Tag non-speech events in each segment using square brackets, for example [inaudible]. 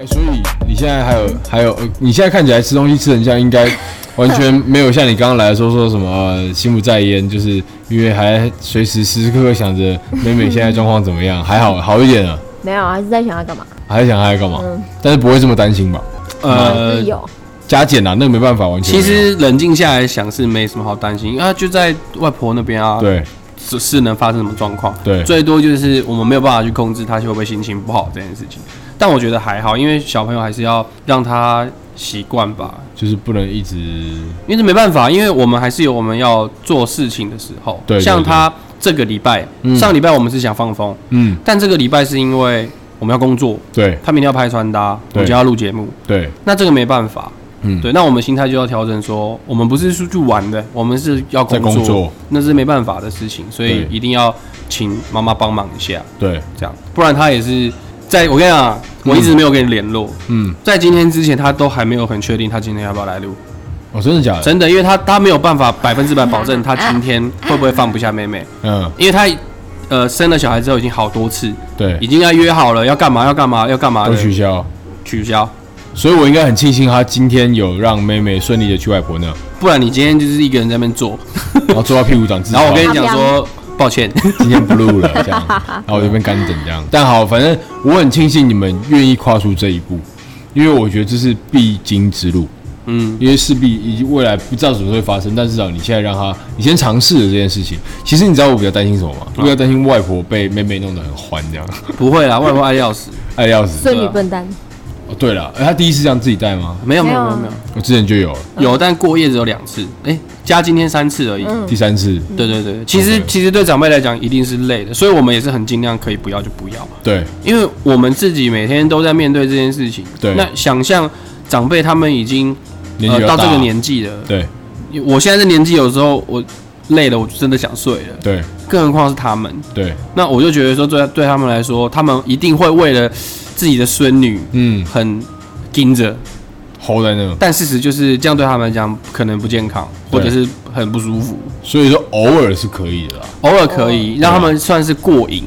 欸所以你现在还有还有，呃你现在看起来吃东西吃成这样，应该完全没有像你刚刚来的时候说什么、呃心不在焉，就是因为还随时时时刻刻想着美美现在状况怎么样，还好好一点了，没有，还是在想要干嘛？还在想她在干嘛，但是不会这么担心吧？还呃是，有，加减啊，那没办法，完全没其有实冷静下来想是没什么好担心，因为他就在外婆那边啊，，对是是能发生什么状况，对最多就是我们没有办法去控制他会不会心情不好这件事情。但我觉得还好，因为小朋友还是要让他习惯吧，就是不能一直因为这没办法，因为我们还是有我们要做事情的时候。对对像他这个礼拜，嗯上礼拜我们是想放风，嗯，但这个礼拜是因为我们要工作，对他明天要拍穿搭，我对就要录节目，对，那这个没办法。嗯对，那我们心态就要调整说我们不是出去玩的，我们是要工在工作那是没办法的事情，所以对一定要请妈妈帮忙一下。对，这样，不然他也是在我跟你讲，啊我一直没有跟你联络，嗯，在今天之前他都还没有很确定他今天要不要来录，哦，真的假的？真的，因为他他没有办法百分之百保证他今天会不会放不下妹妹，嗯，因为他呃生了小孩之后已经好多次，对已，经要约好了要干嘛要干嘛要干嘛都的取消，取消，所以我应该很庆幸她今天有让妹妹顺利的去外婆那，不然你今天就是一个人在那边做，然后坐到屁股长痔疮，然后我跟你讲说抱歉， [laughs] 今天不录了，这样，然后我这边干等这样。但好，反正我很庆幸你们愿意跨出这一步，因为我觉得这是必经之路，嗯，因为势必以及未来不知道什么时候会发生，但至少你现在让他，你先尝试了这件事情。其实你知道我比较担心什么啊吗？我比较担心外婆被妹妹弄得很欢这样，不会啦，外婆爱得要死，爱得要死。所以你笨蛋，哦，对了，哎，她第一次这样自己带吗？没有没有没有没有啊没有。我之前就有了，有，但过夜只有两次，哎、加今天三次而已。嗯第三次，对对对，其实 OK 其实对长辈来讲一定是累的，所以我们也是很尽量可以不要就不要，对因为我们自己每天都在面对这件事情。对那想象长辈他们已经呃年纪比较哦到大这个，年纪了，对我现在这年纪有时候我累了，我就真的想睡了，对更何况是他们。对，那我就觉得说对对他们来说，他们一定会为了自己的孙女嗯，很盯着，吼在那，但事实就是这样对他们来讲可能不健康，或对者是很不舒服。所以说偶尔是可以的啦。偶尔可以让他们算是过瘾。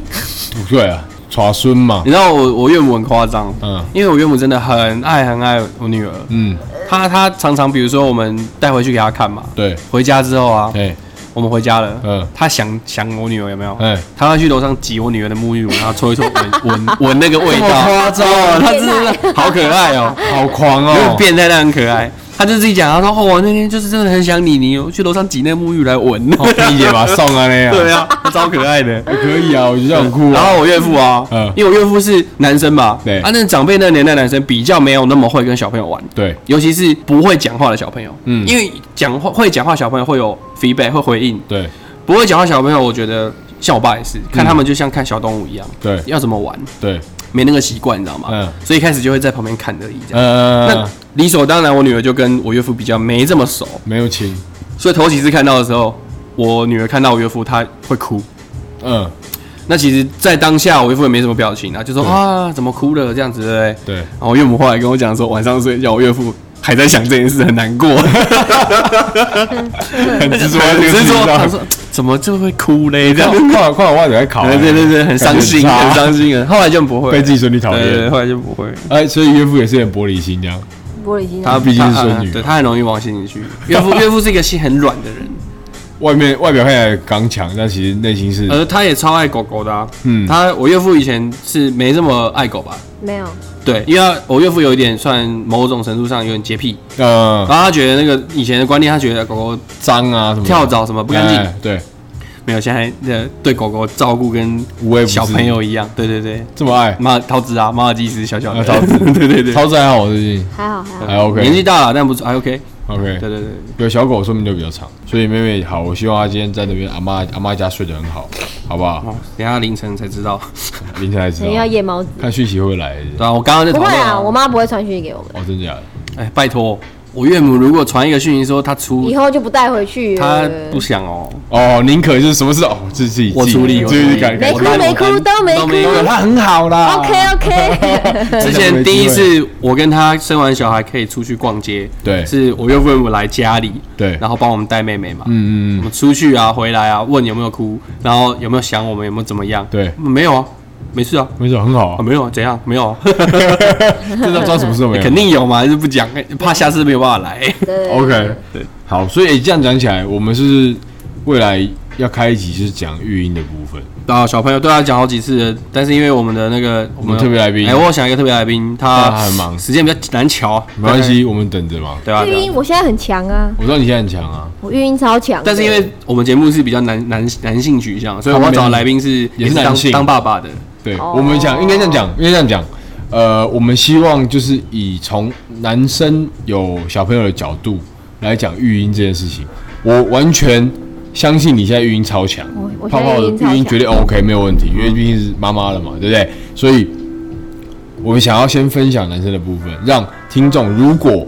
对啊，耍孙嘛你，知道我我岳母很夸张，嗯因为我岳母真的很爱很爱我女儿，嗯，她她常常比如说我们带回去给她看嘛，对，回家之后啊，哎我们回家了，嗯她想想我女儿有没有？哎，她要去楼上挤我女儿的沐浴乳，然后搓一搓，闻闻闻那个味道， [laughs] 哦这么夸张啊她真的好可爱哦、好狂有点哦！变态但很可爱。她就自己讲，她说：“哦，我那天就是真的很想你，你有去楼上挤那个沐浴乳来闻。好理解吧，送啊那样， [laughs] 对啊，她超可爱的。可以啊，我觉得很酷然啊。后我岳父啊，嗯因为我岳父是男生嘛，对啊，那长辈那年代男生比较没有那么会跟小朋友玩，对，尤其是不会讲话的小朋友，嗯因为讲话会讲话小朋友会有 feedback 会回应，对，不会讲话小朋友，我觉得像我爸也是，看他们就像看小动物一样，对，要怎么玩对，没那个习惯，你知道吗？嗯所以一开始就会在旁边看而已，这样。呃那，理所当然，我女儿就跟我岳父比较没这么熟，没有亲，所以头几次看到的时候，我女儿看到我岳父，她会哭。嗯，那其实，在当下我岳父也没什么表情啊，就说对啊怎么哭了这样子，对不对？对，然后我岳母后来跟我讲说，晚上睡觉我岳父还在想这件事，很难 [laughs] 过，很执着在这很个事执情着。他上。说怎么就会哭嘞？这样，快快往外在考，对对对对，很伤心，感觉哦 [laughs] 很很差伤心啊。后来就不会被自己孙女讨对对对，厌。后来就不会。哎，所以岳父也是很玻璃心这样。玻璃心啊，他毕竟是孙他女对他很容易往心里去。岳父岳父是一个心很软 [laughs] 的人，外面外表看起来刚强，但其实内心是而他也超爱狗狗的啊。嗯他我岳父以前是没这么爱狗吧？没有，对，因为他我岳父有一点算某种程度上有点洁癖，呃然后他觉得那个以前的观念，他觉得狗狗脏啊什么的跳蚤什么不干净，哎对，没有，现在呃对狗狗照顾跟无微不至小朋友一样，对对对，这么爱，马桃子啊，马尔济斯小小的啊桃子 [laughs] 对对对，超自还好最近还好还好，还 OK，哎年纪大了但不错，还 OK， OK 对。对对，有小狗寿命就比较长，所以妹妹好，我希望她今天在那边阿妈阿妈家睡得很好，好不好？哦，等一下凌晨才知道， [laughs] 凌晨才知肯定要道，夜猫子。看讯息会不会来。对啊，我刚刚在不讨会论啊，我妈不会传讯息给我们，哦，真假的？哎，拜托，我岳母如果传一个讯息说她出以，后就不带回去了。呃她不想哦，哦，宁可就是什么事哦，自己我处理自己我处理感没感哭我烂没哭我烂都没都没哭有她很好啦。 ，OK [laughs] OK，之前第一次我跟她生完小孩可以出去逛街，对是我岳父岳母来家里，对然后帮我们带妹妹嘛，嗯我嗯嗯，们出去啊，回来啊，问有没有哭，然后有没有想我们，有没有怎么样？对没有啊，没事啊，没事，很好啊啊，没有啊，怎样？没有啊， [laughs] 这张装什么事都没有。肯定有嘛，还是不讲，怕下次没有办法 [laughs] 来。对 OK，对，好，所以、这样讲起来，我们是不是未来要开一集就是讲育婴的部分。啊，小朋友对他讲好几次了，但是因为我们的那个我我们特别来宾哎，我有想一个特别来宾，但他他很忙时间比较难瞧，没关系，我们等着嘛。对啊，育对啊。婴我现在很强啊，我知道你现在很强啊，我育婴超强的。但是因为我们节目是比较男男男性取向，所以我要找的来宾是也是当男性当爸爸的，对、哦我们讲应该这样讲，应该这样讲。呃，我们希望就是以从男生有小朋友的角度来讲育婴这件事情。我完全相信你现在育婴超强我，我泡现在泡的育婴超强育婴绝对 OK 没有问题，因为毕竟是妈妈了嘛，对不对？所以我们想要先分享男生的部分，让听众，如果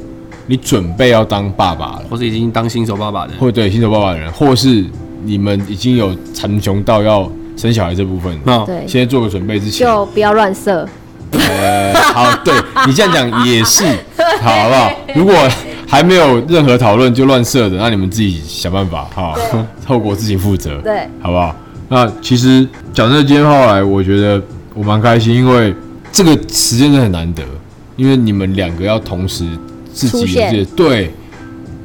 你准备要当爸爸了，或是已经当新手爸爸的，或对新手爸爸的人，或是你们已经有残雄到要生小孩这部分了，那对，先做个准备之前，就不要乱射。呃， [laughs] 好，对你这样讲也是，好，好不好？如果还没有任何讨论就乱射的，那你们自己想办法，哈，后果自己负责，对，好不好？那其实讲真的，今天后来我觉得我蛮开心，因为这个时间真的很难得，因为你们两个要同时自己出有现自己的对，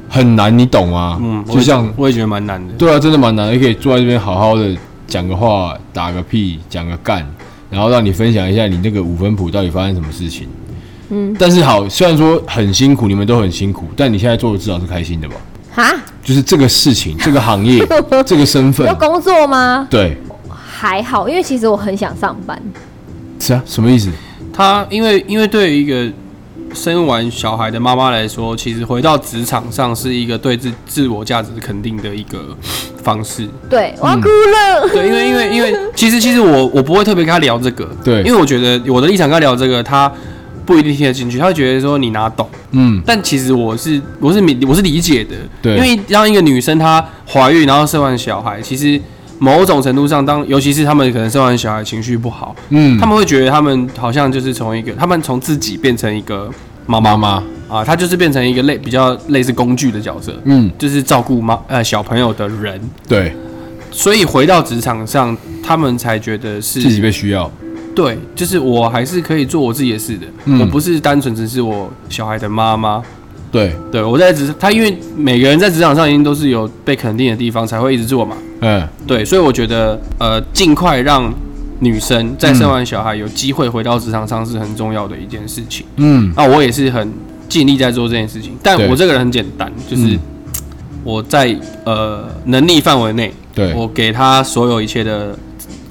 很难，你懂吗？嗯，我也就像我也觉得蛮难的，对啊，真的蛮难的，可以坐在这边好好的讲个话、打个屁、讲个干，然后让你分享一下你那个五分谱到底发生什么事情。嗯，但是好，虽然说很辛苦，你们都很辛苦，但你现在做的至少是开心的吧？哈，就是这个事情、这个行业、这个身份 [laughs] 要，工作吗？对，还好，因为其实我很想上班。是啊，什么意思？他因为因为对于一个生完小孩的妈妈来说，其实回到职场上是一个对自自我价值肯定的一个 [laughs] 方式。对，我要哭了。嗯对，因为因为因为其实其实我我不会特别跟他聊这个，对因为我觉得我的立场跟他聊这个，他不一定听得进去，他会觉得说你哪懂。嗯，但其实我是我是理我是理解的，对因为让一个女生她怀孕然后生完小孩，其实某种程度上当尤其是她们可能生完小孩情绪不好，嗯，他们会觉得他们好像就是从一个，他们从自己变成一个妈妈妈妈，啊，他就是变成一个类比较类似工具的角色，嗯，就是照顾妈呃小朋友的人，对所以回到职场上，他们才觉得自己是被需要，对，就是我还是可以做我自己的事的，嗯我不是单纯只是我小孩的妈妈。对，对，我在职，他因为每个人在职场上一定都是有被肯定的地方，才会一直做嘛。嗯，对，所以我觉得，呃，尽快让女生在生完小孩有机会回到职场上是很重要的一件事情。嗯，那我也是很尽力在做这件事情，但对我这个人很简单，就是嗯我在呃能力范围内，对我给他所有一切的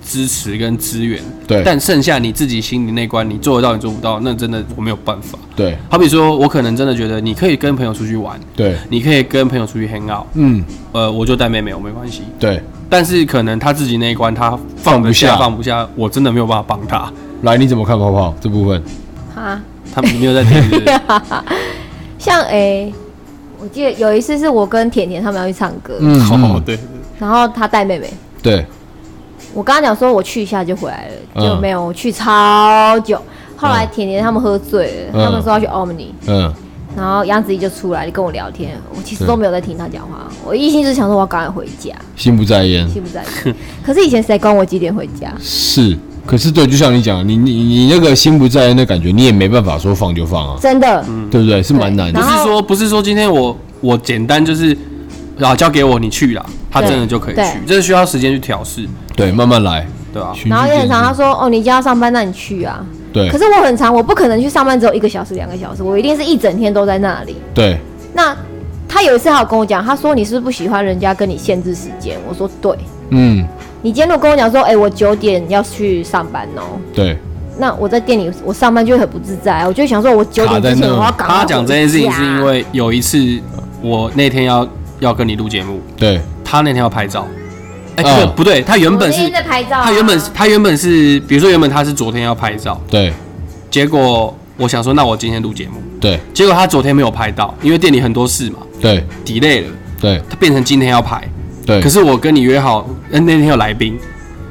支持跟资源，对，但剩下你自己心里那关，你做得到你做不到，那真的我没有办法。对，好比说，我可能真的觉得你可以跟朋友出去玩，对，你可以跟朋友出去 hang out，嗯，呃，我就带妹妹，我没关系。对，但是可能他自己那一关他放不下，放不下，我真的没有办法帮他，来，你怎么看泡泡这部分？ [laughs] 哈，他没有 [laughs] 在听。是不是像诶、我记得有一次是我跟甜甜他们要去唱歌， [laughs] 嗯，哦，嗯对，然后她带妹妹，对，我刚刚讲说我去一下就回来了，嗯就没有我去超久。后来甜甜他们喝醉了，嗯他们说要去 Omni，嗯，然后杨子怡就出来跟我聊天，我其实对都没有在听她讲话，我一心只想说我要赶快回家，心不在焉，心不在嗯焉。 [laughs] 可是以前谁管我几点回家？是，可是对，就像你讲的，你你你那个心不在焉的感觉，你也没办法说放就放啊，真的，对不对？是蛮难不的然。后是说不是说今天我我简单就是啊交给我你去啦，他真的就可以对去，这是需要时间去调试，对，慢慢来，对吧、循序然后也很渐常他进。说哦，你今天要上班，那你去啊。对可是我很常，我不可能去上班只有一个小时、两个小时，我一定是一整天都在那里。对，那他有一次还有跟我讲，他说你是不是不喜欢人家跟你限制时间？我说对。嗯，你今天如果跟我讲说，哎、我九点要去上班哦，对，那我在店里我上班就会很不自在，我就会想说，我九点卡之在前那我要赶快他讲这件事情是因回家为有一次我那天要要跟你录节目，对，他那天要拍照，嗯哎、不对不对，他原本我那是天在拍照、啊，他原本是他原本是比如说原本他是昨天要拍照，对，结果我想说那我今天录节目。对，结果他昨天没有拍到，因为店里很多事嘛对， ，delay 了，对，他变成今天要拍。对。可是我跟你约好，呃那天有来宾，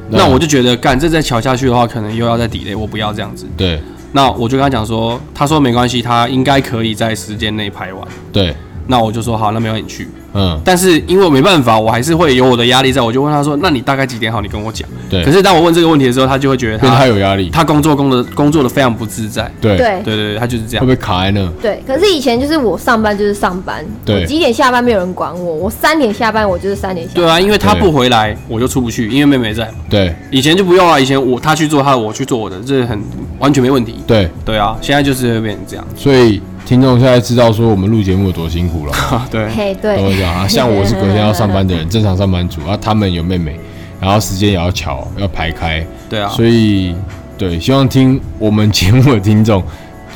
对啊那我就觉得干这再瞧下去的话，可能又要再 delay，我不要这样子。对，那我就跟他讲说，他说没关系，他应该可以在时间内拍完。对，那我就说好，那没有你去。嗯，但是因为我没办法，我还是会有我的压力在，我就问他说：“那你大概几点好？你跟我讲。”对可是当我问这个问题的时候，他就会觉得因为他他有压力，他工作工的工作的非常不自在。对，对对对对，他就是这会样不。会卡在那？对，可是以前就是我上班就是上班，对我几点下班没有人管我，我三点下班我就是三点下班。对啊，因为他不回来，我就出不去，因为妹妹在嘛。对以前就不用啊，以前我他去做他的，我去做我的，这很完全没问题。对，对啊，现在就是会变成这样。所以听众现在知道说我们录节目有多辛苦了。 [laughs] 对嘿，对，都会这样啊。像我是隔天要上班的人，正常上班族啊，他们有妹妹，然后时间也要巧，要排开，对啊，所以对，希望听我们节目的听众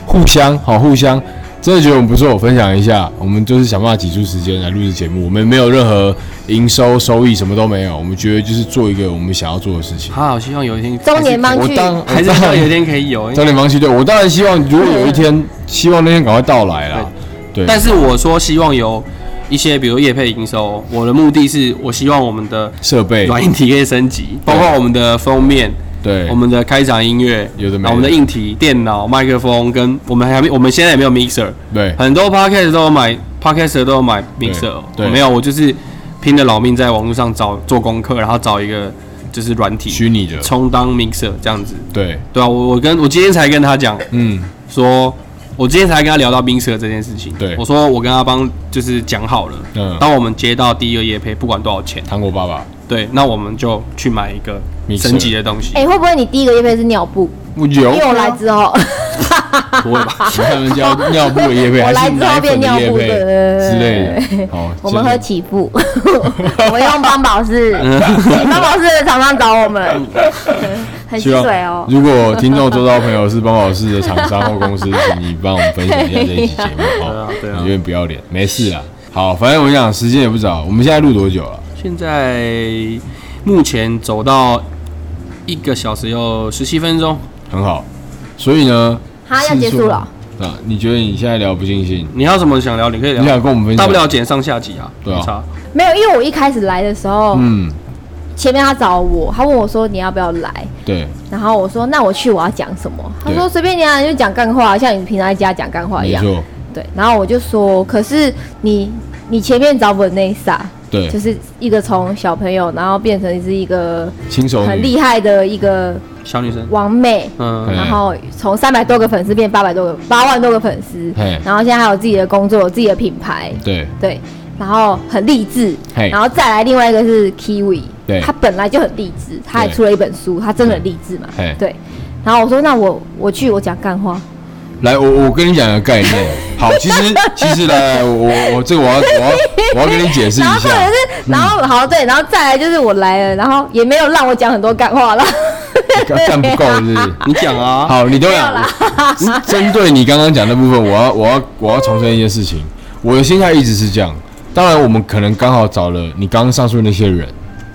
互相好互相。真的觉得我们不错，我分享一下，我们就是想办法挤出时间来录制节目，我们没有任何营收收益，什么都没有，我们觉得就是做一个我们想要做的事情。他好希望有一天中年帮我去，当还是我希当望有一天可以有。张脸盲区对我 [laughs] 当然希望，如果有一天，希望那天赶快到来啦。对，但是我说希望有一些，比如业配营收，我的目的是我希望我们的设备软硬体可以升级，包括我们的封面、对我们的开场音乐、有的没的然后我们的硬体、电脑、麦克风，跟我们还没，我们现在也没有 mixer，对很多 podcast 都有买，podcast 都有买 mixer，哦对我没有，我就是拼了老命在网络上找做功课，然后找一个就是软体虚拟的充当 mixer 这样子，对，对啊，我我跟我今天才跟他讲，嗯说，我今天才跟他聊到冰蛇这件事情。对我说我跟阿邦就是讲好了，嗯，当我们接到第一个业配，不管多少钱，糖果爸爸。对，那我们就去买一个 Mixer 升级的东西。哎、会不会你第一个夜配是尿布？我有啊因为我来之后， [laughs] 不会吧？ [laughs] 他们叫尿布的叶配，我还来是之后奶变粉尿的叶布配对对对之类的。好，我们喝这起步， [laughs] 我们用邦宝 [laughs] 适，邦宝适的厂商找我们，很希吸望水哦。如果听众周遭朋友是帮老师的厂商或公司，请你帮我们分享一下这一期节目对哦啊。对啊你有点不要脸，没事啦。好，反正我想时间也不早，我们现在录多久了？现在目前走到一个小时又十七分钟，很好，所以呢，哈，要结束了，次数。啊，你觉得你现在聊不尽兴？你还有什么想聊？你可以你想聊，跟我们分享？大不了剪上下集啊，对啊没差。没有，因为我一开始来的时候，嗯，前面他找我，他问我说你要不要来，对然后我说那我去我要讲什么？他对说随便你啊，你就讲干话，像你平常在家讲干话一没样。错，对，然后我就说，可是你你前面找我那一撒，对就，是一个从小朋友，然后变成是一个新手很女，厉害的一个小女生，王妹，嗯嗯，然后从三百多个粉丝变八百多个，八万多个粉丝嘿，然后现在还有自己的工作，有自己的品牌，对对，然后很励志，嘿然后再来另外一个是 Kiwi，对他本来就很励志，他还对出了一本书，他真的很励志嘛嘿，对。然后我说，那我我去，我讲干话，来，我我跟你讲个 [laughs] 概念。好，其实其实来，我我我这个我要我要我要跟你解释一然后或者下是。，然后嗯好对，然后再来就是我来了，然后也没有让我讲很多干话了，干不够是不是？你讲啊，好，你都没有讲啦。我针对你刚刚讲的部分，我要我要我要重申一件事情，我的心态一直是这样。当然，我们可能刚好找了你刚刚上述那些人，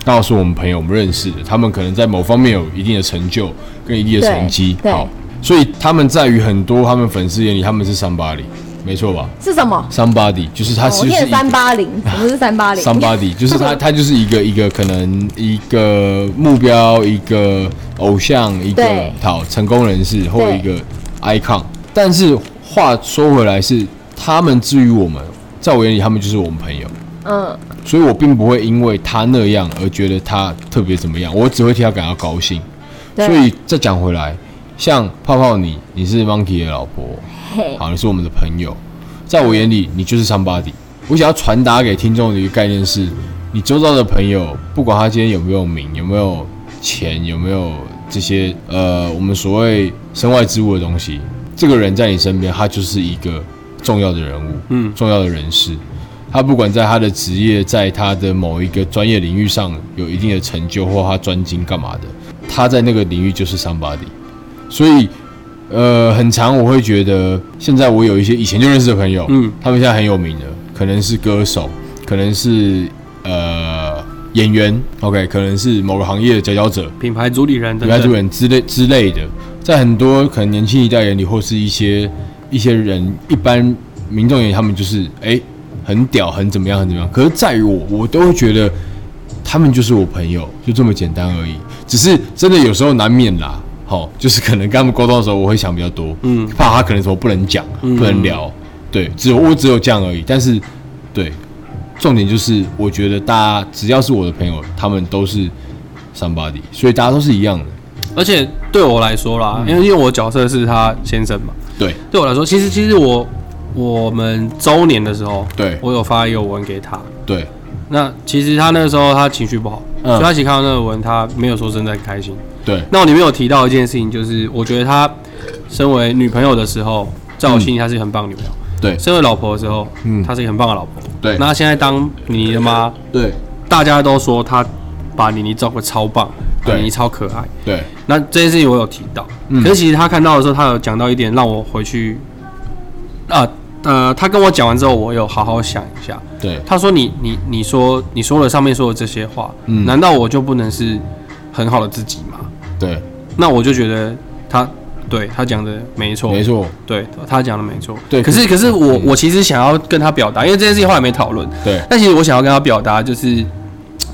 刚好是我们朋友，我们认识的，他们可能在某方面有一定的成就跟一定的成绩。对对好，所以他们在于很多他们粉丝眼里，他们是 somebody，没错吧 [laughs] 是什么？ ？somebody 就是他哦啊是我就是啊念一个三八零，我们是三八零， [laughs] somebody，就是他，他就是一个一个可能一个目标，一个偶像，一个对好成功人士或对一个 icon。但是话说回来是，他们至于我们，在我眼里，他们就是我们朋友，嗯，所以我并不会因为他那样而觉得他特别怎么样，我只会替他感到高兴。对啊所以再讲回来，像泡泡你，你是 Monkey 的老婆，嘿，好，你是我们的朋友，在我眼里，你就是 somebody。我想要传达给听众的一个概念是，你周遭的朋友，不管他今天有没有名，有没有钱，有没有这些呃，我们所谓身外之物的东西，这个人在你身边，他就是一个重要的人物，嗯重要的人士。他不管在他的职业，在他的某一个专业领域上有一定的成就，或他专精干嘛的，他在那个领域就是 somebody。所以，呃，很长我会觉得，现在我有一些以前就认识的朋友，嗯，他们现在很有名的，可能是歌手，可能是呃演员，OK，可能是某个行业的佼佼者，品牌主理人等原来主等，人之类之类的，在很多可能年轻一代眼里，或是一些一些人一般民众眼里，他们就是哎、很屌，很怎么样，很怎么样。可是在于我，我都会觉得他们就是我朋友，就这么简单而已。只是真的有时候难免啦，好，就是可能跟他们沟通的时候，我会想比较多，嗯啊怕他可能什么不能讲、不能聊，对，只有我只有这样而已。但是对，重点就是我觉得大家只要是我的朋友，他们都是 somebody，所以大家都是一样的。而且对我来说嗯啦，因为因为我角色是他先生嘛，对，对我来说，其实其实我我们周年的时候，对我有发一个文给他。对，那其实他那个时候他情绪不好，嗯所以他其实看到那个文，他没有说真的很开心。对，那我里面有提到一件事情，就是我觉得她身为女朋友的时候，在我心里她是一个很棒的女朋友；对，身为老婆的时候，嗯她是一个很棒的老婆。对那她现在当妮妮的妈，对，大家都说她把妮妮照顾得超棒，把对妮妮超可爱。对，那这件事情我有提到，嗯可是其实她看到的时候，她有讲到一点，让我回去，啊呃，她跟我讲完之后，我有好好想一下。对，他说你你你说你说了上面说的这些话，嗯难道我就不能是很好的自己吗？对，那我就觉得他对他讲的没错，没，错，对他讲的没错，对嗯可是可是我我其实想要跟他表达，因为这件事情后来没讨论，对，但其实我想要跟他表达就是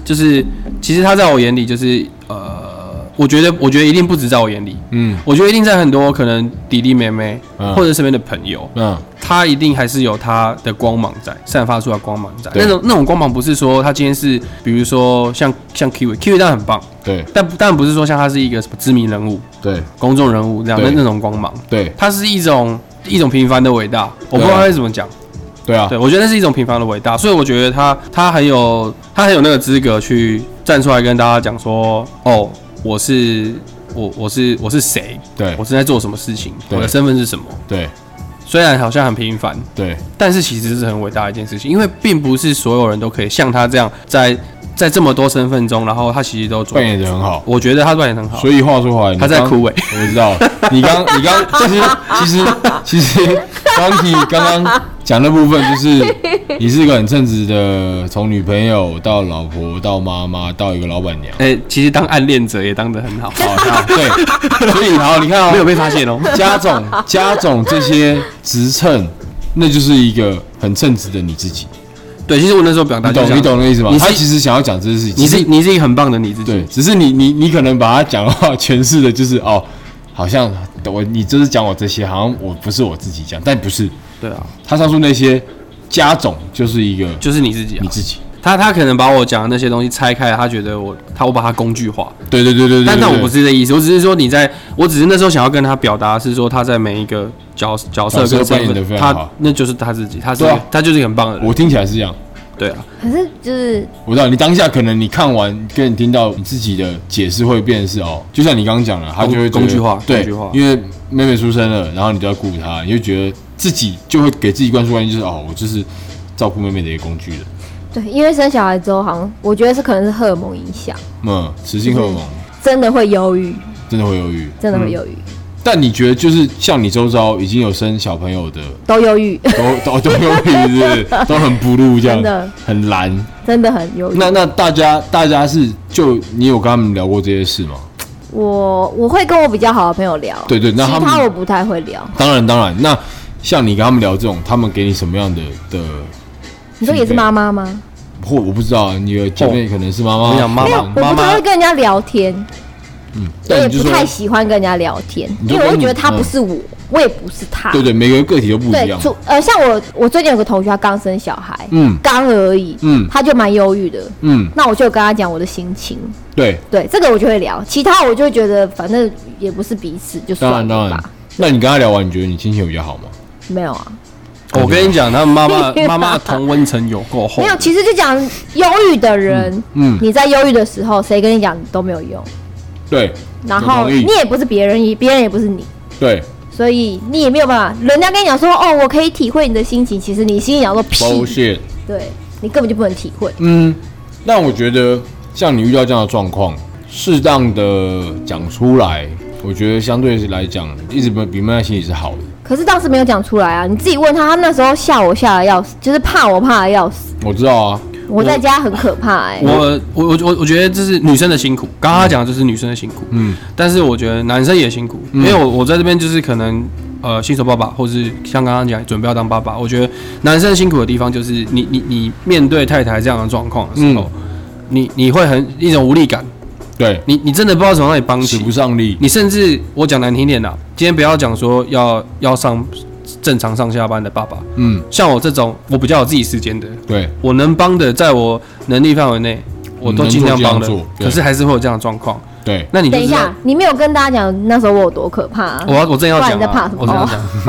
就是其实他在我眼里就是呃，我觉得我觉得一定不止在我眼里，嗯我觉得一定在很多可能弟弟妹妹、嗯或者身边的朋友，嗯，他一定还是有他的光芒在，散发出来光芒在。对那种那种光芒不是说他今天是，比如说像像 Kiwi，Kiwi 当然很棒，对，但不但不是说像他是一个什么知名人物、对，公众人物这样对的那种光芒，对，它是一种一种平凡的伟大。对啊我不知道该怎么讲，对啊对，我觉得那是一种平凡的伟大，所以我觉得他他很有他很有那个资格去站出来跟大家讲说，哦，我是我我是我是谁，对我，是在做什么事情，对我的身份是什么。对，虽然好像很平凡，对，但是其实是很伟大的一件事情，因为并不是所有人都可以像他这样在在这么多身份中，然后他其实都做扮。演的很好。我觉得他扮演得很好，所以话说回来，你他在刚枯萎我知道。你刚你刚其实其实其实 Funky 刚刚讲的部分就是，你是一个很称职的，从女朋友到老婆到妈妈到一个老板娘。哎、其实当暗恋者也当得很好， [laughs] 好，那对，所以好，你看没有哦，被发现哦。加总加总这些职称，那就是一个很称职的你自己。 [laughs] 对，其实我那时候表达你就懂是你懂那个意思吗你？是他其实想要讲这件事情，你只是你是一个很棒的你自己。对，只是你你你可能把他讲的话诠释的就是哦，好像我你就是讲我这些，好像我不是我自己讲，但不是对啊，他上述那些加总就是一个就是你自己啊你。自己。他他可能把我讲的那些东西拆开，他觉得我他我把它工具化，对对对对对，但但对我不是这意思，我只是说你在，我只是那时候想要跟他表达的是说他在每一个角角色角跟色扮演身得份，非常好他那就是他自己，他是、对啊他就是一个很棒的人，我听起来是这样。对啊，可是就是我知道你当下可能你看完跟你听到你自己的解释会变成是哦，就像你刚刚讲了，他就会觉得工具化对工具化，因为妹妹出生了，然后你就要顾她，你就觉得自己就会给自己灌输观念就是哦，我就是照顾妹妹的一个工具人，对，因为生小孩之后，好像我觉得是可能是荷尔蒙影响，嗯，雌性荷尔蒙真的会忧郁，真的会忧郁，真的会忧郁，但你觉得就是像你周遭已经有生小朋友的，都忧郁，都都都有是不是都很不入这真的样，很蓝。真的很忧郁。那那大家大家是就你有跟他们聊过这些事吗？我我会跟我比较好的朋友聊，对对那其他们他我不太会聊。当然当然，那像你跟他们聊这种，他们给你什么样的的？你说也是妈妈吗？或我不知道，你的姐妹可能是妈我妈，想妈没有，妈我不太会跟人家聊天，我但也你就不说太喜欢跟人家聊天，你就因为跟我会你觉得他嗯不是我，我也不是他。对对，每个个体都不一对，样。除呃，像我，我最近有个同学，他刚生小孩，嗯刚而已，嗯他就蛮忧郁的，嗯，那我就跟他讲我的心情，对，对，这个我就会聊，其他我就会觉得反正也不是彼此，就当算然了当然吧，。那你跟他聊完，你觉得你心情有比较好吗？没有啊，我跟你讲，他们 [laughs] 妈妈妈妈的同温层有够厚没，有，其实就讲忧郁的人，嗯嗯你在忧郁的时候，谁跟你讲都没有用，对，然我后同意你也不是别人，也别人也不是你。对所以你也没有办法，人家跟你讲说哦，我可以体会你的心情，其实你心里想说屁， ，bullshit。对你根本就不能体会。嗯，但我觉得像你遇到这样的状况，适当的讲出来，我觉得相对来讲，一直比比闷在心里是好的。可是当时没有讲出来啊，你自己问他，他那时候吓我吓得要死，就是怕我怕的要死。我知道啊，我在家很可怕哎、我我我我我觉得这是女生的辛苦，刚刚他讲的就是女生的辛苦，嗯，但是我觉得男生也辛苦，因为我我在这边就是可能呃新手爸爸，或是像刚刚讲准备要当爸爸，我觉得男生辛苦的地方就是你你你面对太太这样的状况的时嗯候，你你会很一种无力感，对，你你真的不知道从哪里帮使起不，上力，你甚至我讲难听点啦、今天不要讲说要要上正常上下班的爸爸。嗯，像我这种我比较有自己时间的，对，我能帮的，在我能力范围内，我都尽量帮能的做尽量做。对可是还是会有这样的状况。对，那你就等一知道下，，你没有跟大家讲那时候我有多可怕、啊我。要我正要讲不然你在怕啊什，么我正要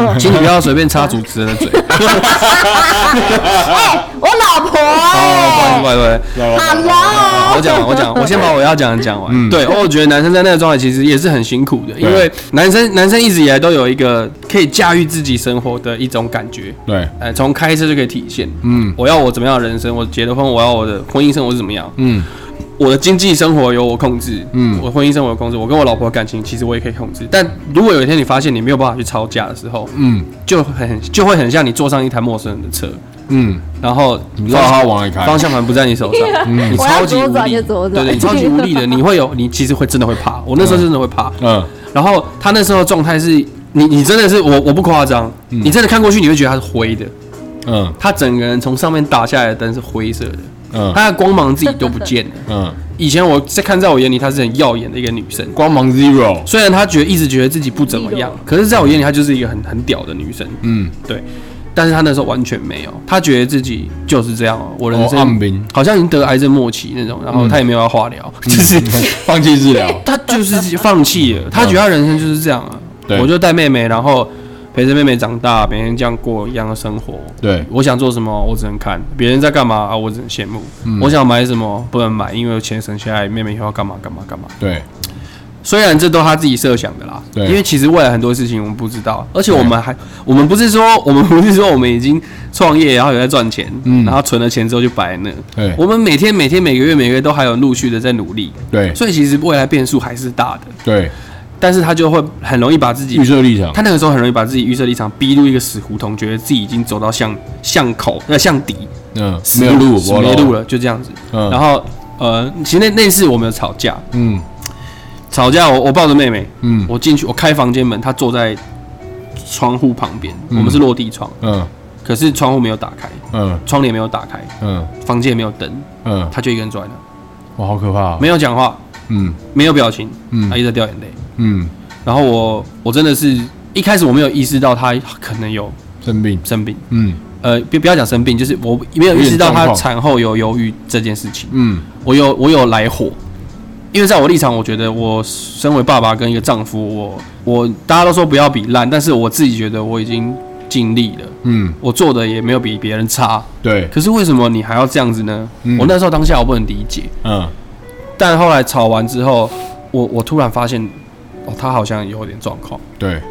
讲，请你不要随便插主持人 [laughs] 的嘴。 [laughs] 哎、我老婆哦，哎、不好意思，不好意思。好了，我讲完，我讲完，我先把我要讲的讲完。嗯对，哦我觉得男生在那个状态其实也是很辛苦的，因为男生男生一直以来都有一个可以驾驭自己生活的一种感觉，对，哎，从开车就可以体现。嗯我要我怎么样的人生？我结了婚，我要我的婚姻生活是怎么样？嗯我的经济生活由我控制，嗯我婚姻生活有控制，我跟我老婆的感情其实我也可以控制。但如果有一天你发现你没有办法去吵架的时候，嗯就很就会很像你坐上一台陌生人的车，嗯，然后你不知道他往哪里开，方向盘不在你 [laughs] 手上，你我要超级左无转力，就左对转对，你超 [laughs] 级无力的，你会有，你其实会真的会怕。我那时候真的会怕。嗯然后他那时候的状态是，你你真的是我我不夸张，嗯你真的看过去你会觉得他是灰的，嗯他整个人从上面打下来的灯是灰色的，嗯他的光芒自己都不见了。嗯，以前我在看在我眼里她是很耀眼的一个女生，光芒 zero，虽然她觉得一直觉得自己不怎么样，可是在我眼里她就是一个很很屌的女生。嗯，对，但是她那时候完全没有，她觉得自己就是这样哦，我人哦，暗嗯生兵，好像已经得癌症末期那种，然后她也没有要化疗，嗯 [laughs] 就是放弃治疗，她就是放弃了，她觉得她人生就是这样啊。对我就带妹妹，然后陪着妹妹长大，每天这样过一样的生活。对，我想做什么，我只能看别人在干嘛啊，我只能羡慕。嗯我想买什么，不能买，因为钱省下来，妹妹以后要干嘛干嘛干嘛。对，虽然这都他自己设想的啦，对因为其实未来很多事情我们不知道，而且我们还，我们不是说我们不是说我们已经创业，然后有在赚钱，嗯然后存了钱之后就摆在那，对我们每天每天每个月每个月都还有陆续的在努力，对，所以其实未来变数还是大的，对，但是他就会很容易把自己预，设立场，他那个时候很容易把自己预设立场逼入一个死胡同，觉得自己已经走到巷巷口呃巷底，嗯，死没有路，我没路，了，就这样子，嗯，然后，后呃，其实那那次我们有吵架，嗯吵架我我抱着妹妹。嗯我进去，我开房间门，他坐在窗户旁边，嗯我们是落地窗，嗯可是窗户没有打开，嗯窗帘没有打开，嗯房间也没有灯，嗯，他就一个人坐在那，哇，好可怕，啊没，哎有讲话，嗯没有表情，他嗯一直在掉眼泪。嗯，然后我我真的是一开始我没有意识到他可能有生病，生病，嗯呃，不不要讲生病，就是我没有意识到有点状他况产后有忧郁这件事情。嗯我有我有来火，因为在我立场，我觉得我身为爸爸跟一个丈夫，我我大家都说不要比烂，但是我自己觉得我已经尽力了，嗯，我做的也没有比别人差，对，可是为什么你还要这样子呢？嗯我那时候当下我不能理解，嗯但后来吵完之后，我我突然发现，哦，他好像有点状况，对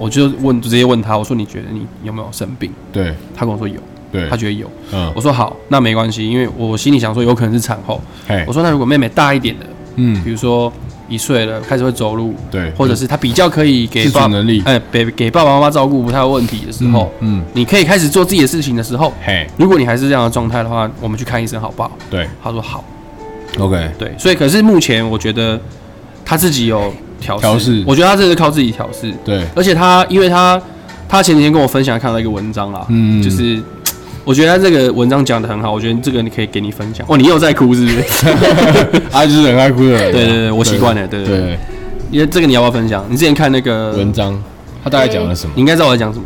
我就问直接问他，我说你觉得你有没有生病？对他跟我说有，对他，觉得有，嗯我，说好，那没关系，因为我心里想说有可能是产后，嘿我，说那如果妹妹大一点的。比嗯，如说一岁了开始会走路，对，或者是他比较可以给自主爸能力哎，给给爸爸妈妈照顾不太有问题的时候，嗯嗯你可以开始做自己的事情的时候，嘿，如果你还是这样的状态的话，我们去看医生好不好？对他说好， ，OK，对，所以可是目前我觉得他自己有调调试我觉得他这是靠自己调试， [laughs] 对，而且他因为他他前几天跟我分享看到一个文章啦，嗯就是我觉得他这个文章讲的很好，我觉得这个你可以给你分享。哦，你又在哭是不是？ [laughs] 他就是很爱哭的人，啊对对对，我习惯了，对对对。对，因为这个你要不要分享？你之前看那个，文章，他大概讲了什么？你应该知道我在讲什么。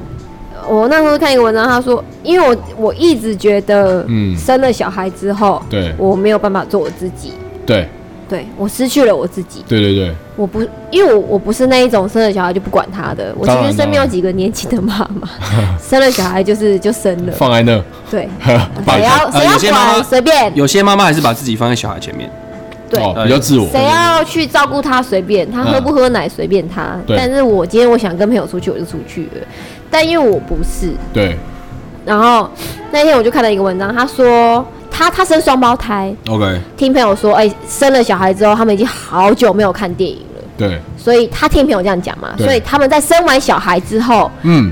我那时候看一个文章，他说，因为我我一直觉得，嗯生了小孩之后，对我没有办法做我自己，对对我失去了我自己，对对对，我不，因为我我不是那一种生了小孩就不管他的，我其当然实身边当然有几个年轻的妈妈，生了小孩就是就生了，放在那，对，放 [laughs] 谁要呃谁有要些妈妈管随便，有些妈妈还是把自己放在小孩前面，对，哦，比较自我，谁要去照顾他随便，他嗯喝不喝奶随便他。对但是我今天我想跟朋友出去，我就出去了。但因为我不是，对然后那天我就看到一个文章，他说他他生双胞胎， ，OK，听朋友说，哎、生了小孩之后，他们已经好久没有看电影了，对，所以他听朋友这样讲嘛，对所以他们在生完小孩之后，嗯，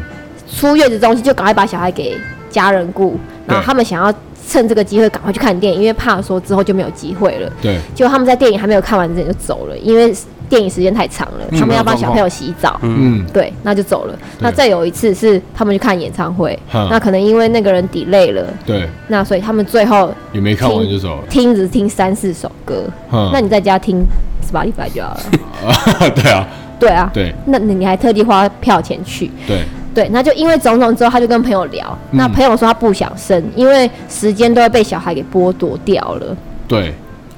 出月子中心就赶快把小孩给家人顾，然后对他们想要趁这个机会赶快去看电影，因为怕说之后就没有机会了。对结果他们在电影还没有看完之前就走了，因为电影时间太长了，嗯他们要帮小朋友洗澡。嗯，对，那就走了。那再有一次是他们去看演唱会，哈那可能因为那个人 delay 了，对，那所以他们最后也没看完就走了，听只听三四首歌。哼那你在家听 Spotify 就好了。 [laughs] 对啊，对啊，对那你还特地花票钱去，对对，那就因为种种之后，他就跟朋友聊，那朋友说他不想生，因为时间都会被小孩给剥夺掉了。对，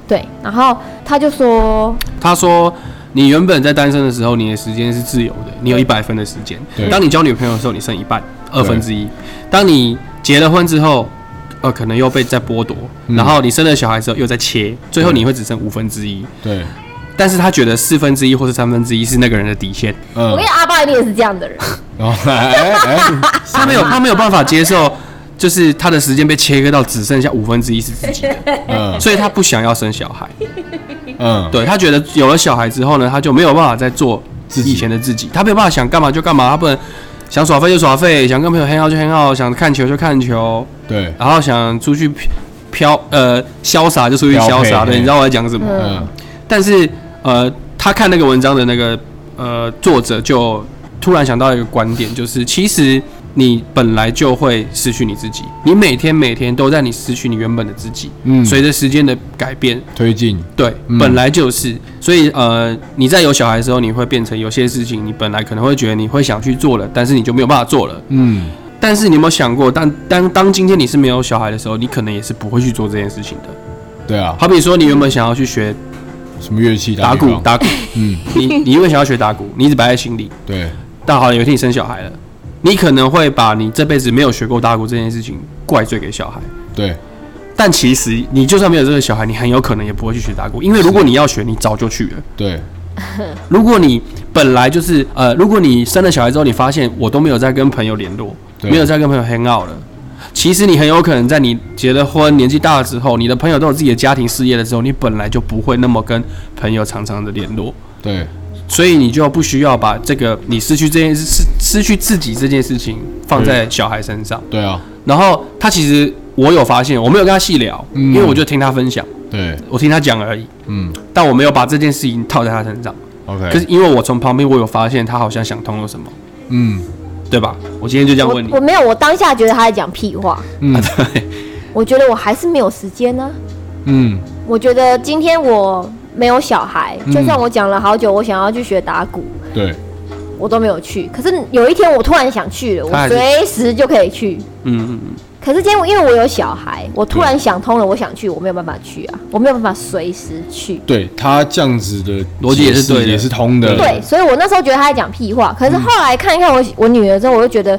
对，然后他就说，他说，你原本在单身的时候，你的时间是自由的，你有一百分的时间对。当你交女朋友的时候，你剩一半，对二分之一。当你结了婚之后，呃，可能又被再剥夺，嗯然后你生了小孩之后又再切，最后你会只剩五分之一。对，但是他觉得四分之一或是三分之一是那个人的底线，我嗯跟，你讲阿爸一定也是这样的人，然后哎哎哎，他没有他没有办法接受，就是他的时间被切割到只剩下五分之一是自己 [laughs] 的， [laughs] 嗯所以他不想要生小孩。嗯，对他觉得有了小孩之后呢，他就没有办法再做自己以前的自己，他没有办法想干嘛就干嘛，他不能想耍废就耍废，想跟朋友 hang out 就 hang out，想看球就看球，对，然后想出去飘呃潇洒就出去飘潇配洒。对，嘿你知道我在讲什么？嗯嗯但是呃，他看那个文章的那个呃作者就突然想到一个观点，就是其实你本来就会失去你自己，你每天每天都在你失去你原本的自己，嗯，随着时间的改变，推进，对，嗯本来就是，所以呃，你在有小孩的时候，你会变成有些事情，你本来可能会觉得你会想去做了，但是你就没有办法做了。嗯，但是你有没有想过，当当当今天你是没有小孩的时候，你可能也是不会去做这件事情的。对啊，好比说，你原本想要去学什么乐器打比鼓，方，打鼓，嗯，你你原本想要学打鼓，你一直摆在心里，对，但好像有一天你生小孩了，你可能会把你这辈子没有学过打鼓这件事情怪罪给小孩。对，但其实你就算没有这个小孩，你很有可能也不会去学打鼓，因为如果你要学，你早就去了。对，如果你本来就是呃，如果你生了小孩之后，你发现我都没有在跟朋友联络，对没有在跟朋友 hang out 了，其实你很有可能在你结了婚、年纪大了之后，你的朋友都有自己的家庭事业的时候，你本来就不会那么跟朋友常常的联络，对，所以你就不需要把这个你失去这件事、失失去自己这件事情放在小孩身上。对啊，然后他其实我有发现，我没有跟他细聊，嗯因为我就听他分享，对，我听他讲而已，嗯但我没有把这件事情套在他身上。可是，OK，因为我从旁边，我有发现他好像想通了什么，嗯对吧？我今天就这样我问你我，没有，我当下觉得他在讲屁话，嗯对， [laughs] 我觉得我还是没有时间呢、啊嗯，我觉得今天我没有小孩，就算我讲了好久，我想要去学打鼓，对，我都没有去。可是有一天我突然想去了，他我还是随时就可以去。嗯嗯嗯，可是今天我因为我有小孩，我突然想通了，我想去，我没有办法去啊，我没有办法随时去。对他这样子的逻辑也解是释对的也是通的，对，所以我那时候觉得他在讲屁话。可是后来看一看我我女儿之后，我就觉得，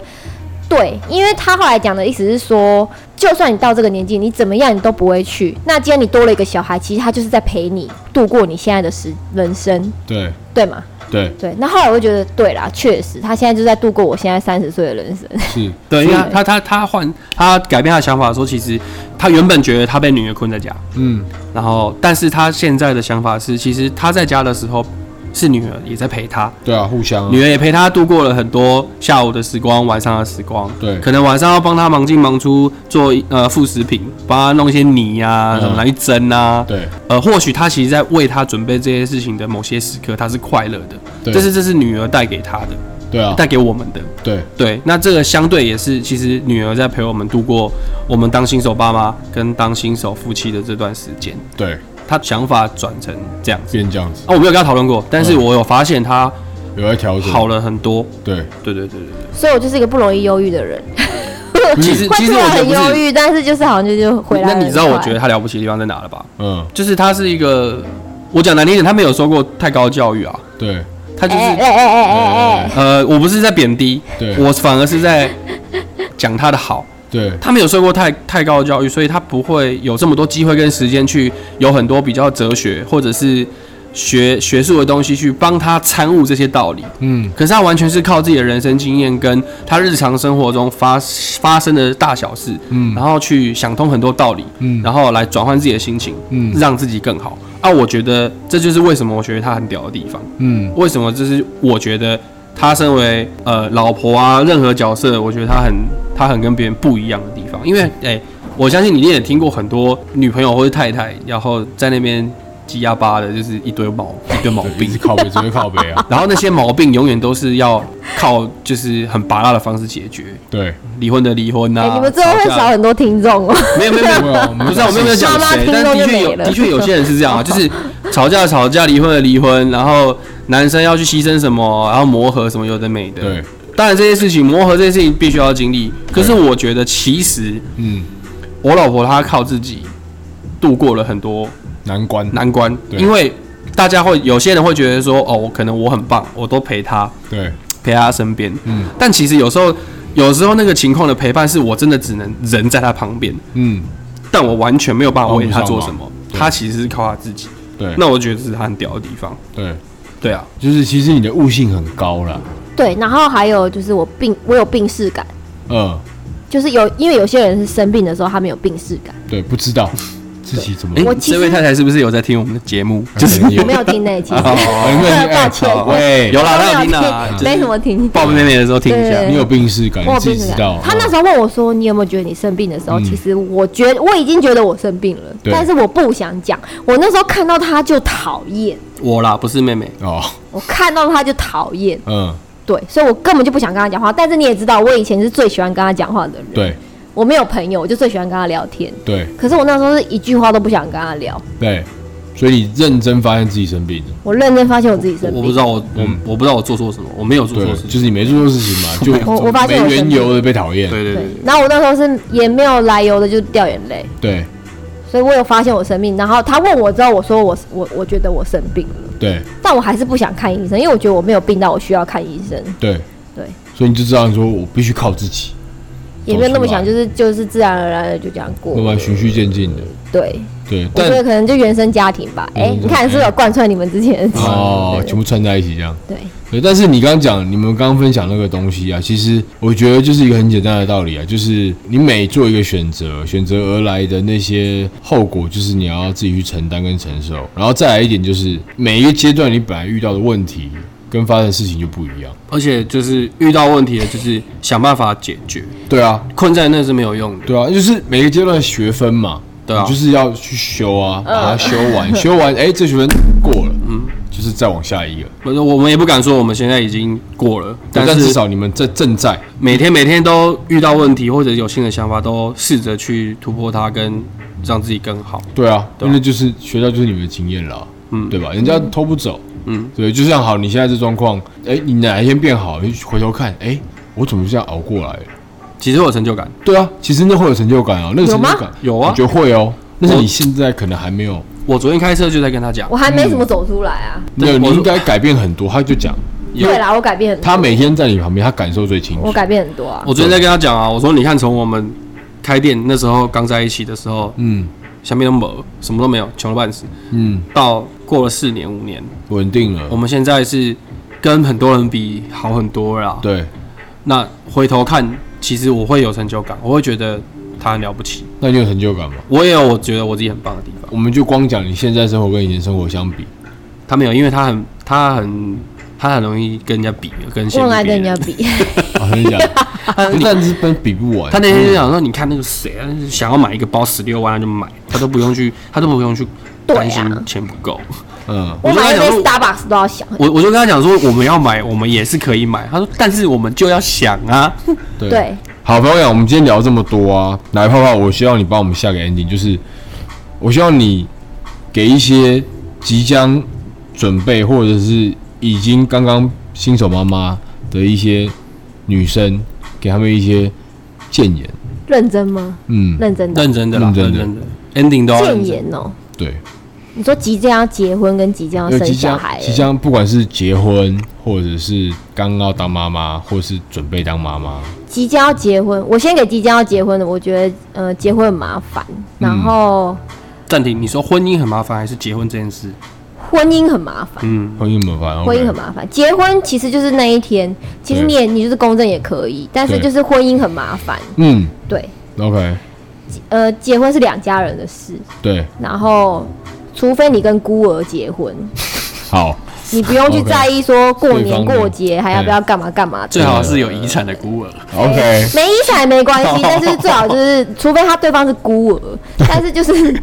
对，因为他后来讲的意思是说，就算你到这个年纪，你怎么样你都不会去。那既然你多了一个小孩，其实他就是在陪你度过你现在的时人生，对对吗？对对。那后来我就觉得，对啦，确实，他现在就在度过我现在三十岁的人生。是，对，因为他他他换他改变他的想法，说其实他原本觉得他被女儿困在家，嗯然后但是他现在的想法是，其实他在家的时候是女儿也在陪他，对啊，互相啊女儿也陪他度过了很多下午的时光，晚上的时光。对可能晚上要帮他忙进忙出做呃副食品，帮他弄一些泥啊嗯什么来去蒸啊。对呃，或许他其实在为他准备这些事情的某些时刻，他是快乐的，对这是这是女儿带给他的，对啊带给我们的。对对，那这个相对也是，其实女儿在陪我们度过我们当新手爸妈跟当新手夫妻的这段时间，对她想法转成这样子。变这样子啊，我没有跟她讨论过，但是嗯我有发现她有在调整好了很多。对对对对对对，所以我就是一个不容易忧郁的人。 [laughs] 其实 [laughs] 会其实突我然觉得很不忧是。郁，但是就是好像就就回来那很快。你知道我觉得她了不起的地方在哪了吧？嗯就是她是一个，我讲难听一点，她没有受过太高教育啊，对她就是哎哎哎哎哎哎，呃，我不是在贬低，对我反而是在讲他的好。对他没有受过太太高的教育，所以他不会有这么多机会跟时间去有很多比较哲学或者是学学术的东西去帮他参悟这些道理。嗯可是他完全是靠自己的人生经验跟他日常生活中发发生的大小事，嗯然后去想通很多道理，嗯然后来转换自己的心情，嗯让自己更好。啊，我觉得这就是为什么我觉得他很屌的地方。嗯为什么？就是我觉得她身为呃老婆啊，任何角色，我觉得她很她很跟别人不一样的地方。因为哎、我相信你也听过很多女朋友或者太太，然后在那边鸡鸭巴的，就是一堆毛一堆毛对一病直。靠背只会靠背啊然后那些毛病永远都是要靠就是很拔辣的方式解决，对离婚的离婚呐、哎、啊你们最后会吵架少很多听众哦。 [laughs] [laughs] 没有没有没有，没有我们不是啊我们没有讲妈妈谁，听但众的就确有没了的确有些人是这样啊，就是吵架的吵架，离婚的离婚，然后男生要去牺牲什么，然后磨合什么有的没的。对，当然这些事情磨合这些事情必须要经历，可是我觉得其实嗯，我老婆她靠自己度过了很多难关，难关，对因为大家会有些人会觉得说哦，我可能我很棒，我都陪她对，陪在她身边，嗯但其实有时候有时候那个情况的陪伴是我真的只能人在她旁边，嗯，但我完全没有办法为她帮不上做忙什么，对她其实是靠她自己，对，那我觉得这是她很屌的地方，对，对啊，就是其实你的悟性很高啦，对，然后还有就是我病，我有病逝感，嗯，就是有因为有些人是生病的时候他没有病逝感，对，不知道自己怎么诶，我其实哎这位太太是不是有在听我们的节 [laughs] 目？就是我没有听那一 [laughs] 集，哦你没有真的抱歉哎喂， [laughs] 有啦，我没他有有听 [laughs] 啦，就是没什么听。抱妹妹的时候听一下对。你有病逝感，我你有自病己逝知感道。。他那时候问我说：“你有没有觉得你生病的时候？”嗯其实我觉我已经觉得我生病了，嗯对但是我不想讲。我那时候看到他就讨厌，我啦，不是妹妹，哦，我看到他就讨厌，嗯，对，所以我根本就不想跟他讲话。但是你也知道，我以前是最喜欢跟他讲话的人，对我没有朋友，我就最喜欢跟他聊天。对可是我那时候是一句话都不想跟他聊，对，所以你认真发现自己生病了，我认真发现我自己生病，我不知道我我嗯我不知道我做错什么，我没有做对错，事就情。是你没做错事情嘛，就 [laughs] 我我发现我没缘生病由的被讨厌，对对对对，然后我那时候是也没有来由的就掉眼泪，对所以我有发现我生病。然后他问我之后，我说我我我觉得我生病了，对但我还是不想看医生，因为我觉得我没有病到我需要看医生，对对，所以你就知道你说我必须靠自己，也没有那么走出来想，就是就是自然而然的就这样过慢。慢循序渐进的，对，对，我觉得但可能就原生家庭吧。哎、嗯你看是不是有贯穿你们之前的嗯经历哦，对全部串在一起这样。对，对，但是你刚刚讲，你们刚刚分享那个东西啊，其实我觉得就是一个很简单的道理啊，就是你每做一个选择，选择而来的那些后果，就是你要自己去承担跟承受。然后再来一点，就是每一个阶段你本来遇到的问题跟发生的事情就不一样。而且就是遇到问题了，就是想办法解决，对啊，困在那是没有用的。对啊，就是每个阶段的学分嘛，对啊嗯你就是要去修啊，把它修完，修完，哎，这学分过了，嗯，就是再往下一个。我说我们也不敢说我们现在已经过了，但但至是少你们在正在，每天每天都遇到问题或者有新的想法，都试着去突破它，跟让自己更好。对啊，对啊因为就是学到就是你们的经验了，嗯，嗯对吧？人家偷不走，嗯，对，就像好，你现在这状况，哎、你哪一天变好，你回头看，哎、我怎么这样熬过来了？其实我有成就感，对啊，其实那会有成就感哦，那个有成就吗感有啊我觉得会哦。但是你现在可能还没有，我昨天开车就在跟他讲我，还没怎么走出来啊。没有，我你说应该改变很多。他就讲，有对啦，我改变很多，他每天在你旁边，他感受最清我楚。改变很多啊。我昨天在跟他讲啊，我说你看从我们开店那时候刚在一起的时候，嗯下面都没有什么都没有，穷的半死，嗯，到过了四年五年，稳定了我。们现在是跟很多人比好很多啦。对，那回头看，其实我会有成就感，我会觉得他很了不起，那你有成就感吗？我也有我觉得我自己很棒的地方。我们就光讲你现在生活跟以前生活相比，他没有，因为他很他很他很容易跟人家比，跟我现很爱跟人家比，啊，真的假 [laughs] 的？不但是本比不完他。那天就想说，你看那个谁啊，想要买一个包十六万，他就买，他都不用去，他都不用去对啊担心钱不 [laughs] 够。嗯，我买一杯我就跟 Starbucks 都要想。我我就跟他讲说，我们要买，我们也是可以买。他说，但是我们就要想啊，对。对，好朋友，啊我们今天聊这么多啊，来泡泡，我希望你帮我们下个 ending，就是我希望你给一些即将准备或者是已经刚刚新手妈妈的一些女生，给他们一些建言。认真吗？嗯，认真的认真的啦，认真认的真的，ending 都要认谏真。言哦。对，你说即将要结婚跟即将因要为生即小将孩了，即将不管是结婚，或者是刚要当妈妈，或是准备当妈妈，即将要结婚，我先给即将要结婚的，我觉得呃结婚很麻烦，然后暂停，你说婚姻很麻烦还是结婚这件事？婚姻很麻烦，嗯，婚姻很烦，婚姻很麻烦。结婚其实就是那一天，其实你也你就是公证也可以，但是对就是婚姻很麻烦。嗯对， ，OK，呃，结婚是两家人的事，对，然后除非你跟孤儿结婚，好，你不用去 OK 在意说过对年方面过节还要不要干嘛干嘛的。最好是有遗产的孤啊儿。 ，OK，没遗产也没关 [laughs] 系，但是最好就是，除非他对方是孤儿，但是就是 [laughs]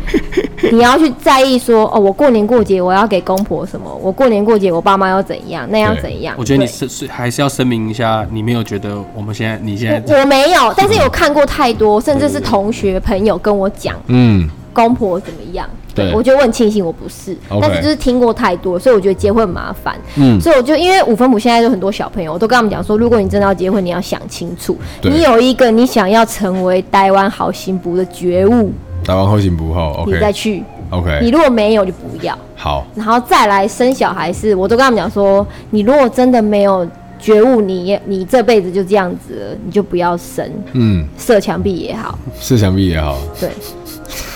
你要去在意说，哦，我过年过节我要给公婆什么，我过年过节我爸妈要怎样，那样对怎样。我觉得你对是是还是要声明一下，你没有觉得我们现在你现在嗯我我没有，但是有看过太多，甚至是同学朋友跟我讲嗯公婆怎么样，对我觉得我很庆幸我不是 OK 但是就是听过太多，所以我觉得结婚很麻烦。嗯所以我就因为五分埔现在有很多小朋友，我都跟他们讲说，如果你真的要结婚，你要想清楚，对你有一个你想要成为台湾好媳妇的觉悟，台湾后勤不好你再，OK 去。你 OK，如果没有，就不要。好，然后再来生小孩是，我都跟他们讲说，你如果真的没有觉悟，你也你这辈子就这样子了，你就不要生，嗯，射墙壁也好，射墙壁也好，对，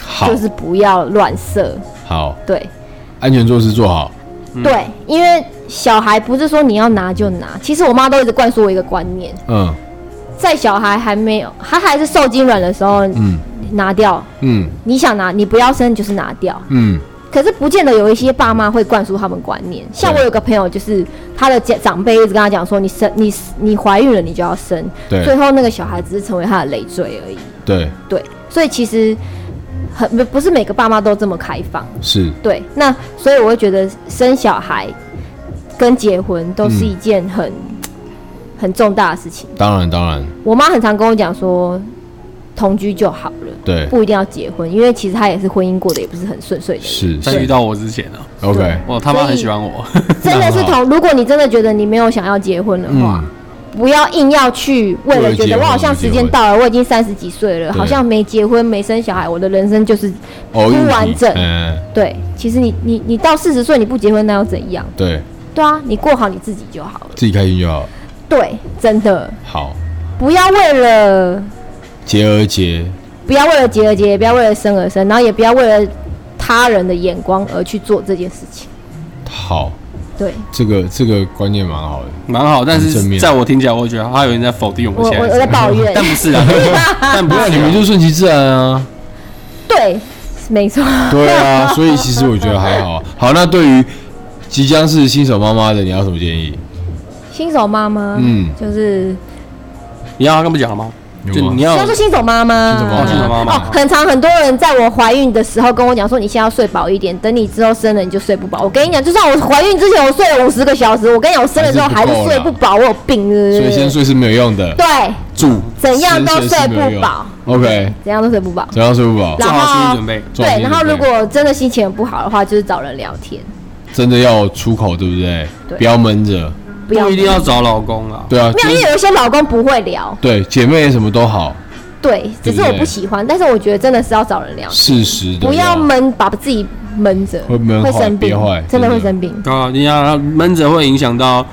好就是不要乱射，好，对、安全措施做好，对，因为小孩不是说你要拿就拿，其实我妈都一直灌输我一个观念，嗯在小孩还没有他还是受精卵的时候，嗯拿掉，嗯你想拿你不要生就是拿掉，嗯，可是不见得有一些爸妈会灌输他们观念。像对我有个朋友，就是他的家长辈一直跟他讲说，你生你你怀孕了，你就要生，对最后那个小孩只是成为他的累赘而已。对，对，所以其实很不不是每个爸妈都这么开放。是，对，那所以我会觉得生小孩跟结婚都嗯是一件很、很重大的事情。当然当然，我妈很常跟我讲说，同居就好了。对，不一定要结婚，因为其实她也是婚姻过得也不是很顺遂的人。是在遇是到我之前啊， ，OK，我他妈所以很喜欢我，啊真的是同，如果你真的觉得你没有想要结婚的话，嗯不要硬要去为为了觉了结得婚我好像时间到了，我已经三十几岁了，对好像没结婚没生小孩，我的人生就是偶遇不完体整嗯，对。其实你你你到四十岁你不结婚那又怎样？对对啊，你过好你自己就好了。自己开心就好，对，真的好，不要为了结而结，不要为了结而结，不要为了生而生，然后也不要为了他人的眼光而去做这件事情。好，对这个这个观念蛮好 [laughs] 的， [laughs] 蛮好。但很正是面在我听起来，我会觉得他有人在否定我我们现我在我在的抱怨生活，但不是啊，但不不是啊然你们就顺其自然啊。对，没错。 [laughs] 对啊，所以其实我觉得还好。啊好，那对于即将是新手妈妈的，你要什么建议？新手妈妈，嗯就是你要他跟我们讲了吗？有啊就吗你需要要说新手妈妈，新手妈哦妈哦新手妈妈哦，很常很多人在我怀孕的时候跟我讲说，你现在要睡饱一点，等你之后生了你就睡不饱。我跟你讲，就算我怀孕之前我睡了五十个小时，我跟你讲，我生了之后还还是是不够啦睡不饱，我有病是不所以是先睡是没有用的，对，住怎样都睡不饱。 OK，怎样都睡不饱。怎样睡不饱？然做好心理后准备。做好对，心理然后准如备果真的心情不好的话，就是找人聊天，真的要出口，对不对？对不要闷着。不要不一定要找老公啊，对啊，没有，就因是为有一些老公不会聊，对姐妹什么都好，对，只是对我对不喜欢，但是我觉得真的是要找人聊天。适时的不要闷，把自己闷着，会闷坏生病憋坏，真真的的会生病。啊，你要闷着会影响到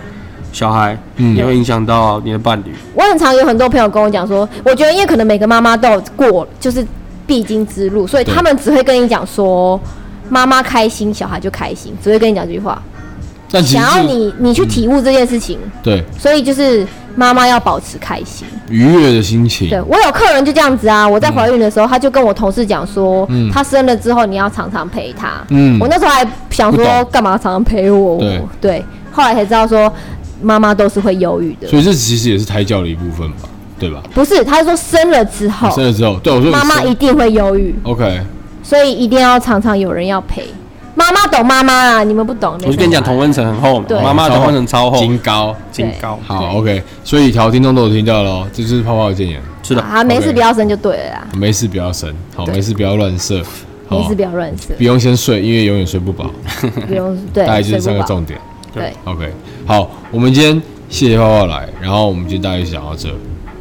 小孩，嗯也会影响到你的伴侣。我很常有很多朋友跟我讲说，我觉得因为可能每个妈妈都有过就是必经之路，所以对他们只会跟你讲说，妈妈开心，小孩就开心，只会跟你讲这句话。但其实嗯想要是你你去体悟这件事情，对所以就是妈妈要保持开心。愉悦的心情对，我有客人就这样子啊，我在怀孕的时候，他就跟我同事讲说，嗯他生了之后你要常常陪他。嗯我那时候还想不说懂干嘛常常陪我？对对，后来才知道说妈妈都是会忧郁的所，以这其实也是胎教的一部分吧，对吧？不是，他是说生了之后你生了之后，对我说你妈妈生一定会忧郁， OK，所以一定要常常有人要陪。妈妈懂妈妈啊，你们不懂。我就跟你讲，同温层很厚嘛对，妈妈同温层超厚，金高。金高。好，OK，所以条听众都有听到喽，这就是泡泡的建言，是的，啊，没事 OK 不要生就对了啦，没事不要生，好，对没事不要乱射，好没事不要乱 [laughs] 射不，用先睡，因为永远睡不饱，不用大概对，就是睡三个不饱。重点。对， OK，好，我们今天谢谢泡泡来，然后我们今天大概就讲到这。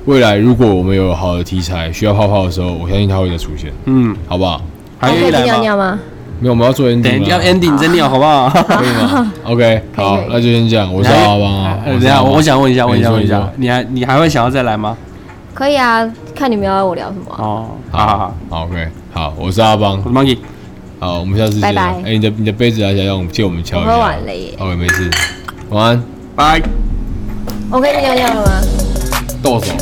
未来如果我们有好的题材需要泡泡的时候，我相信它会再出现，嗯，好不好？还可愿以意去来尿吗？尿吗？没有，我们要做 ending 等要了 ending 再尿好不好？ ，OK，好可以，那就先这 [laughs] 样。我是阿邦 [laughs] 啊，呃等是一下，阿邦我我想问一下，你问一下，说问你一下说，你还你还会想要再来吗？可以啊，看你们要我聊什么啊。哦，好好好好，好，OK，好，我是阿邦我，是 Monkey。好，我们下次见。拜拜哎，你的你的杯子拿起来，让我们借我们哦敲一下。我喝完了耶 OK，没事。晚安，拜。我可以去尿尿了吗？剁手。